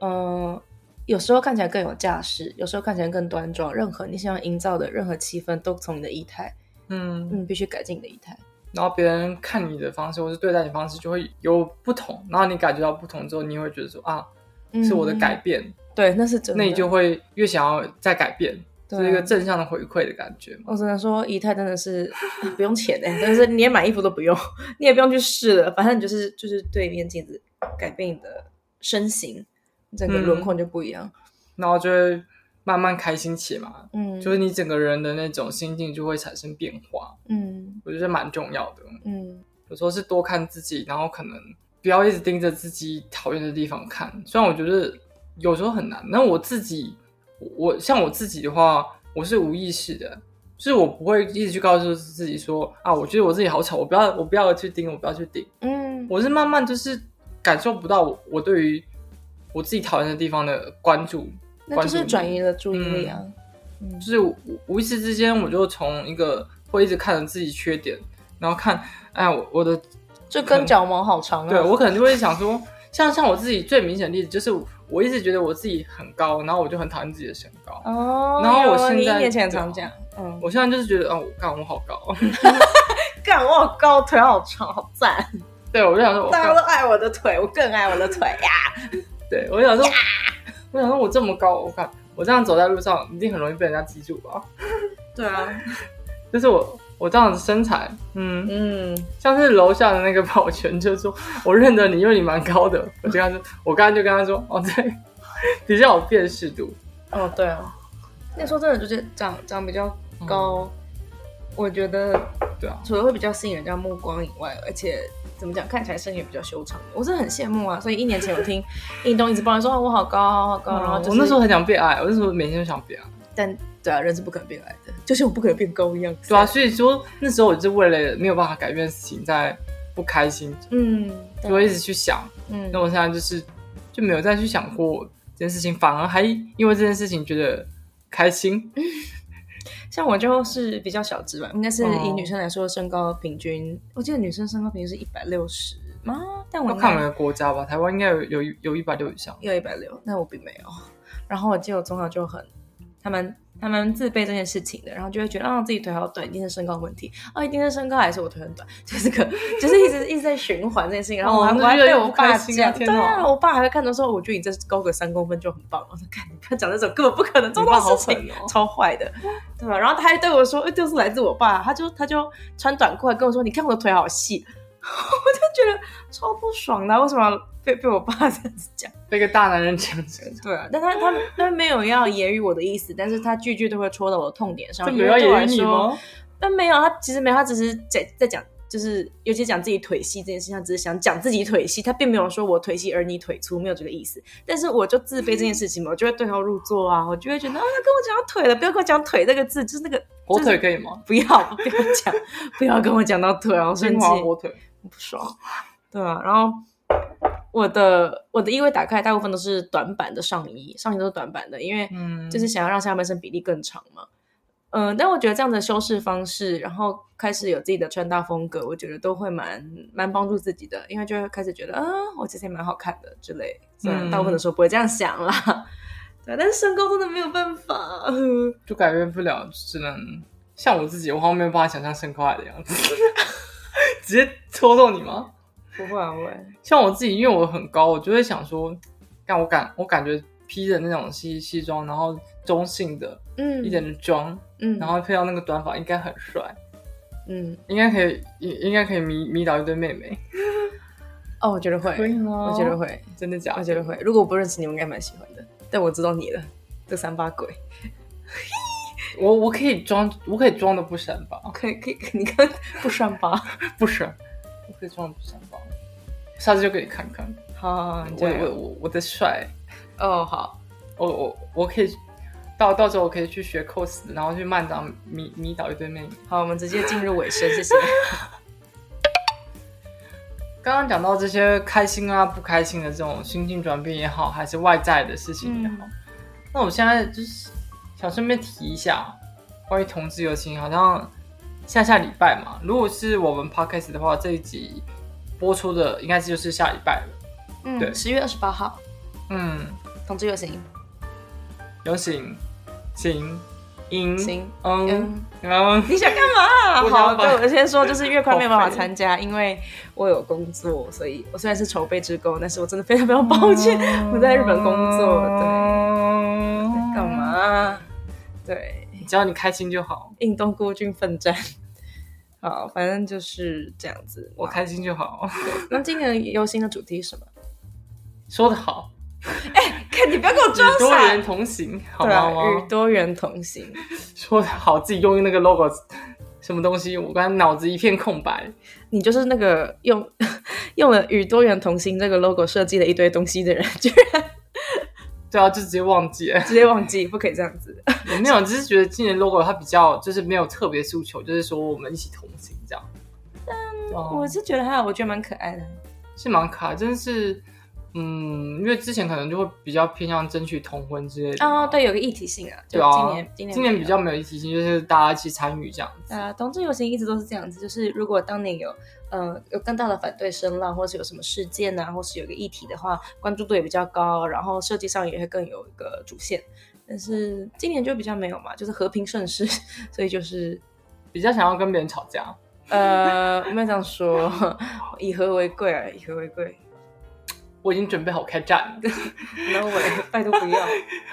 [SPEAKER 2] 呃，有时候看起来更有架势，有时候看起来更端庄。任何你想要营造的任何气氛，都从你的仪态，
[SPEAKER 1] 嗯，
[SPEAKER 2] 嗯，必须改进你的仪态。
[SPEAKER 1] 然后别人看你的方式，或是对待你的方式，就会有不同。然后你感觉到不同之后，你会觉得说啊，是我的改
[SPEAKER 2] 嗯，
[SPEAKER 1] 变，
[SPEAKER 2] 对，那是真的。
[SPEAKER 1] 那你就会越想要再改变，
[SPEAKER 2] 对啊
[SPEAKER 1] 是一个正向的回馈的感觉嘛。
[SPEAKER 2] 我只能说，仪态真的是不用钱哎、但是你连买衣服都不用， 你也不用去试了，反正你就是就是对面镜子
[SPEAKER 1] 嗯
[SPEAKER 2] 改变你的身形，整个轮廓就不一样。
[SPEAKER 1] 然后就会慢慢开心起来嘛，
[SPEAKER 2] 嗯，
[SPEAKER 1] 就是你整个人的那种心境就会产生变化，
[SPEAKER 2] 嗯
[SPEAKER 1] 我觉得蛮重要的。
[SPEAKER 2] 嗯
[SPEAKER 1] 有时候是多看自己，然后可能不要一直盯着自己讨厌的地方看。虽然我觉得有时候很难，那我自己，我我像我自己的话，我是无意识的，就是我不会一直去告诉自己说啊，我觉得我自己好吵，我不要我不要去盯，我不要去盯。
[SPEAKER 2] 嗯
[SPEAKER 1] 我是慢慢就是感受不到我我对于我自己讨厌的地方的关注，
[SPEAKER 2] 那就
[SPEAKER 1] 关注
[SPEAKER 2] 是
[SPEAKER 1] 力
[SPEAKER 2] 转移了注意力啊，嗯
[SPEAKER 1] 就是无无意识之间，我就从一个会一直看着自己缺点，然后看，哎，我我的
[SPEAKER 2] 这根脚毛好长啊，
[SPEAKER 1] 对我可能就会想说，像像我自己最明显的例子，就是我一直觉得我自己很高，然后我就很讨厌自己的身高。
[SPEAKER 2] 哦，
[SPEAKER 1] 然后我
[SPEAKER 2] 有啊
[SPEAKER 1] 现
[SPEAKER 2] 你一
[SPEAKER 1] 在
[SPEAKER 2] 年前
[SPEAKER 1] 对啊
[SPEAKER 2] 常讲，嗯，
[SPEAKER 1] 我现在就是觉得，哦，我干，我好高，
[SPEAKER 2] 干我好高，腿好长，好赞，
[SPEAKER 1] 对我就想说，我
[SPEAKER 2] 大家
[SPEAKER 1] 干
[SPEAKER 2] 都，爱我的腿，我更爱我的腿呀，
[SPEAKER 1] 对我就想说，我想说我这么高，我干，我这样走在路上一定很容易被人家记住吧？
[SPEAKER 2] 对啊，
[SPEAKER 1] 就是我我这样的身材，嗯，
[SPEAKER 2] 嗯，
[SPEAKER 1] 像是楼下的那个保全就说，我认得你，因为你蛮高的。我就跟他说，我刚才就跟他说，哦，对， 比较有辨识度。
[SPEAKER 2] 哦，对啊，那说真的，就是长长比较高，我觉得
[SPEAKER 1] 嗯对啊，
[SPEAKER 2] 除了会比较吸引人家目光以外，而且怎么讲，看起来声音也比较修长。我是很羡慕啊，所以一年前 我听运动一直抱怨说、啊、我好高，好高，然后就
[SPEAKER 1] 嗯
[SPEAKER 2] 是、
[SPEAKER 1] 哦我那时候很想被爱，我那时候每天都想被爱。
[SPEAKER 2] 但对啊，人是不可能变矮的，就像我不可能变高一样。
[SPEAKER 1] 对啊，，所以说那时候我就为了没有办法改变的事情在不开心，
[SPEAKER 2] 嗯，
[SPEAKER 1] 就会一直去想。
[SPEAKER 2] 嗯
[SPEAKER 1] 那我现在就是就没有再去想过这件事情，反而还因为这件事情觉得开心。
[SPEAKER 2] 嗯像我就是比较小只吧，应该是以
[SPEAKER 1] 哦
[SPEAKER 2] 女生来说，身高平均，我记得女生身高平均是一百六十吗？但我
[SPEAKER 1] 要看每个国家吧，台湾应该有有有一百六以上。
[SPEAKER 2] 要一百六，但我并没有。然后我记得我从小就很，他们他们自卑这件事情的，然后就会觉得啊自己腿好短，一定是身高问题，哦一定是身高还是我腿很短，就是个就是一直一直在循环这件事情。然后我还、
[SPEAKER 1] 哦
[SPEAKER 2] 我还
[SPEAKER 1] 那就
[SPEAKER 2] 被
[SPEAKER 1] 越来
[SPEAKER 2] 我
[SPEAKER 1] 越不
[SPEAKER 2] 爸
[SPEAKER 1] 开心啊
[SPEAKER 2] 讲，对
[SPEAKER 1] 天哪
[SPEAKER 2] 啊，我爸还会看着说，我觉得你这高个三公分就很棒。我说看你不要讲那种根本不可能做
[SPEAKER 1] 你
[SPEAKER 2] 到
[SPEAKER 1] 爸
[SPEAKER 2] 的
[SPEAKER 1] 好
[SPEAKER 2] 事情，
[SPEAKER 1] 狠哦
[SPEAKER 2] 超坏的，对吧？然后他还对我说，哎就是来自我爸，他就他就穿短裤还跟我说，你看我的腿好细。我就觉得超不爽的啊、为什么要被被我爸这样子讲？
[SPEAKER 1] 被一个大男人讲成
[SPEAKER 2] 对啊，但他他他没有要言语我的意思，但是他句句都会戳到我的痛点上。
[SPEAKER 1] 这
[SPEAKER 2] 因
[SPEAKER 1] 没
[SPEAKER 2] 为
[SPEAKER 1] 有
[SPEAKER 2] 对我
[SPEAKER 1] 言
[SPEAKER 2] 来
[SPEAKER 1] 语你
[SPEAKER 2] 说？
[SPEAKER 1] 吗？
[SPEAKER 2] 但没有，他其实没有，他只是在在讲，就是尤其讲自己腿细这件事情，他只是想讲自己腿细，他并没有说我腿细而你腿粗，没有这个意思。但是我就自卑这件事情嘛，我就会对号入座啊，我就会觉得啊，跟我讲到腿了，不要跟我讲腿这个字，就是那个
[SPEAKER 1] 火腿可以吗？
[SPEAKER 2] 不要不要讲，不要跟我讲到腿啊，我生
[SPEAKER 1] 金
[SPEAKER 2] 气。
[SPEAKER 1] 华火腿，
[SPEAKER 2] 不爽。对啊，然后我的我的衣柜打开，大部分都是短版的上衣，上衣都是短版的，因为
[SPEAKER 1] 嗯，
[SPEAKER 2] 就是想要让下半身比例更长嘛。嗯、但我觉得这样的修饰方式，然后开始有自己的穿搭风格，我觉得都会蛮蛮帮助自己的，因为就会开始觉得，啊，我其实也蛮好看的之类。虽然
[SPEAKER 1] 嗯
[SPEAKER 2] 大部分的时候不会这样想啦， 对，但是身高真的没有办法。
[SPEAKER 1] 就改变不了，只能像我自己，我好像没有办法想象生高矮的样子， 直接戳中你吗？
[SPEAKER 2] 不会啊，不会。
[SPEAKER 1] 像我自己，因为我很高，我就会想说，但我感我感觉披着那种西西装，然后中性的
[SPEAKER 2] 嗯，
[SPEAKER 1] 一点，的妆，
[SPEAKER 2] 嗯，
[SPEAKER 1] 然，后配上那个短发，应该很帅，
[SPEAKER 2] 嗯，
[SPEAKER 1] 应该可以，应应该可以迷迷倒一堆妹妹，
[SPEAKER 2] 哦，我觉得会，哦
[SPEAKER 1] 吗
[SPEAKER 2] 我觉得会，
[SPEAKER 1] 真的假的？
[SPEAKER 2] 我觉得会。如果我不认识你，我应该蛮喜欢的。但我知道你了，这三八鬼。
[SPEAKER 1] 我我可以装，我可以装的不闪吧，
[SPEAKER 2] 可以可以，你看 不删吧？
[SPEAKER 1] 不闪，我可以装的不闪吧，下次就给你看看，
[SPEAKER 2] 好好，好你
[SPEAKER 1] 我
[SPEAKER 2] 加
[SPEAKER 1] 我
[SPEAKER 2] 油。
[SPEAKER 1] 我我的帅。
[SPEAKER 2] 哦，好，
[SPEAKER 1] 我我我可以到到时候我可以去学 cos，然后去漫长迷迷倒一堆妹妹。
[SPEAKER 2] 好，我们直接进入尾声，谢谢。
[SPEAKER 1] 刚刚讲到这些开心啊、不开心的这种心境转变也好，还是外在的事情也好，
[SPEAKER 2] 嗯
[SPEAKER 1] 那我现在就是想顺便提一下关于同志游行，好像下下礼拜嘛，如果是我们 podcast 的话，这一集播出的应该就是下礼拜了。
[SPEAKER 2] 嗯，
[SPEAKER 1] 对
[SPEAKER 2] 十月二十八号，
[SPEAKER 1] 嗯，
[SPEAKER 2] 同志游行，
[SPEAKER 1] 游行，行，赢，
[SPEAKER 2] 行，
[SPEAKER 1] 嗯
[SPEAKER 2] 嗯，
[SPEAKER 1] 嗯，
[SPEAKER 2] 你想干嘛？
[SPEAKER 1] 我
[SPEAKER 2] 好，
[SPEAKER 1] 想
[SPEAKER 2] 对
[SPEAKER 1] 把
[SPEAKER 2] 我先说，就是月宽没有办法
[SPEAKER 1] 好废
[SPEAKER 2] 参加，因为我有工作，所以我虽然是筹备职工，但是我真的非常非常抱歉，我在日本工作，对，
[SPEAKER 1] 对
[SPEAKER 2] 干？嘛？对，
[SPEAKER 1] 只要你开心就好，
[SPEAKER 2] 硬东孤军奋战。好，反正就是这样子。
[SPEAKER 1] 我开心就好。
[SPEAKER 2] 那今年游行的主题是什么？
[SPEAKER 1] 说的好，
[SPEAKER 2] 看你不要给我装
[SPEAKER 1] 与多
[SPEAKER 2] 傻
[SPEAKER 1] 元，同行，好
[SPEAKER 2] 对
[SPEAKER 1] 吗？
[SPEAKER 2] 啊，与多元同行。
[SPEAKER 1] 说得好自己用那个 logo 什么东西，我刚才脑子一片空白。
[SPEAKER 2] 你就是那个用 用了“与多元同行”这个 logo 设计了一堆东西的人，居然
[SPEAKER 1] 对啊，就直接忘记 了。
[SPEAKER 2] 直接忘记，不可以这样子。
[SPEAKER 1] 我没有，只是觉得今年 logo 它比较就是没有特别诉求，就是说我们一起同行这样。
[SPEAKER 2] 我
[SPEAKER 1] 哦，
[SPEAKER 2] 是觉得还好，我觉得蛮可爱的。
[SPEAKER 1] 是蛮可爱，真是。嗯，因为之前可能就会比较偏向争取同婚之类的，
[SPEAKER 2] 哦，对，有个一体性啊，就
[SPEAKER 1] 对啊，
[SPEAKER 2] 今年、今年
[SPEAKER 1] 今年
[SPEAKER 2] 没
[SPEAKER 1] 比
[SPEAKER 2] 有
[SPEAKER 1] 较没有一体性，就是大家一起参与这样子。
[SPEAKER 2] 呃，同志游行一直都是这样子，就是如果当年有呃有更大的反对声浪，或是有什么事件呐、或是有个议题的话，关注度也比较高，然后设计上也会更有一个主线。但是今年就比较没有嘛，就是和平盛世， 所以就是
[SPEAKER 1] 比较想要跟别人吵架，
[SPEAKER 2] 呃，我没有这样说， 以和为贵啊，以和为贵。
[SPEAKER 1] 我已经准备好开战了，
[SPEAKER 2] No way，拜托不要，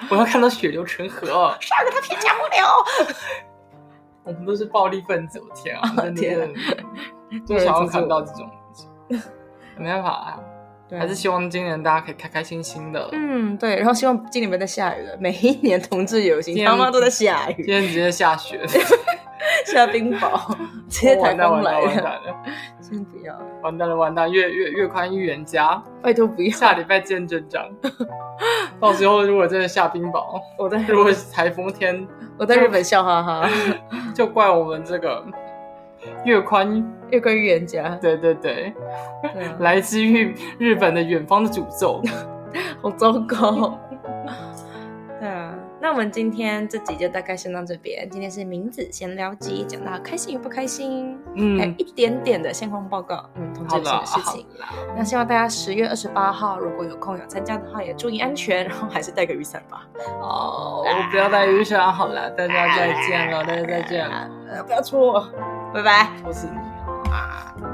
[SPEAKER 1] 我要看到血流成河。哦
[SPEAKER 2] 杀了他偏讲不了。
[SPEAKER 1] 我们都是暴力分子，我天啊，真的
[SPEAKER 2] 天啊
[SPEAKER 1] 是 就想要看到这种东西，没办法啊，
[SPEAKER 2] 对啊
[SPEAKER 1] 还是希望今年大家可以开开心心的。
[SPEAKER 2] 嗯，对，然后希望今年不要再下雨了。每一年同志游行，
[SPEAKER 1] 今年
[SPEAKER 2] 他妈都在下
[SPEAKER 1] 今
[SPEAKER 2] 雨，
[SPEAKER 1] 天直接下雪，
[SPEAKER 2] 下冰雹， 直接台
[SPEAKER 1] 完蛋
[SPEAKER 2] 风
[SPEAKER 1] 完蛋
[SPEAKER 2] 来
[SPEAKER 1] 完
[SPEAKER 2] 了，
[SPEAKER 1] 蛋了，
[SPEAKER 2] 先不要。
[SPEAKER 1] 完蛋了完蛋，越越越宽预言家，
[SPEAKER 2] 拜托不要，
[SPEAKER 1] 下礼拜见真 章。到时候如果真的下冰雹，
[SPEAKER 2] 我在
[SPEAKER 1] 如果是台风天，
[SPEAKER 2] 我在日本笑哈哈，
[SPEAKER 1] 就怪我们这个越宽，
[SPEAKER 2] 越关于人家，
[SPEAKER 1] 对对对，
[SPEAKER 2] 对啊
[SPEAKER 1] 来自于日本的远方的诅咒。
[SPEAKER 2] 好糟糕。 对啊，那我们今天这集就大概先到这边。今天是名字闲聊集，讲到开心与不开心，还有
[SPEAKER 1] 嗯，
[SPEAKER 2] 一点点的现况报告，嗯，同志
[SPEAKER 1] 好了
[SPEAKER 2] 游行的哎事
[SPEAKER 1] 好
[SPEAKER 2] 情。
[SPEAKER 1] 了，
[SPEAKER 2] 那希望大家十月二十八号如果有空有参加的话，也注意安全，然后还是带个雨伞吧。
[SPEAKER 1] 哦，我不要带雨伞好了，大
[SPEAKER 2] 哎
[SPEAKER 1] 家再见了，大家再见了，
[SPEAKER 2] 呃，不要戳我，拜拜。
[SPEAKER 1] 我是你。
[SPEAKER 2] 啊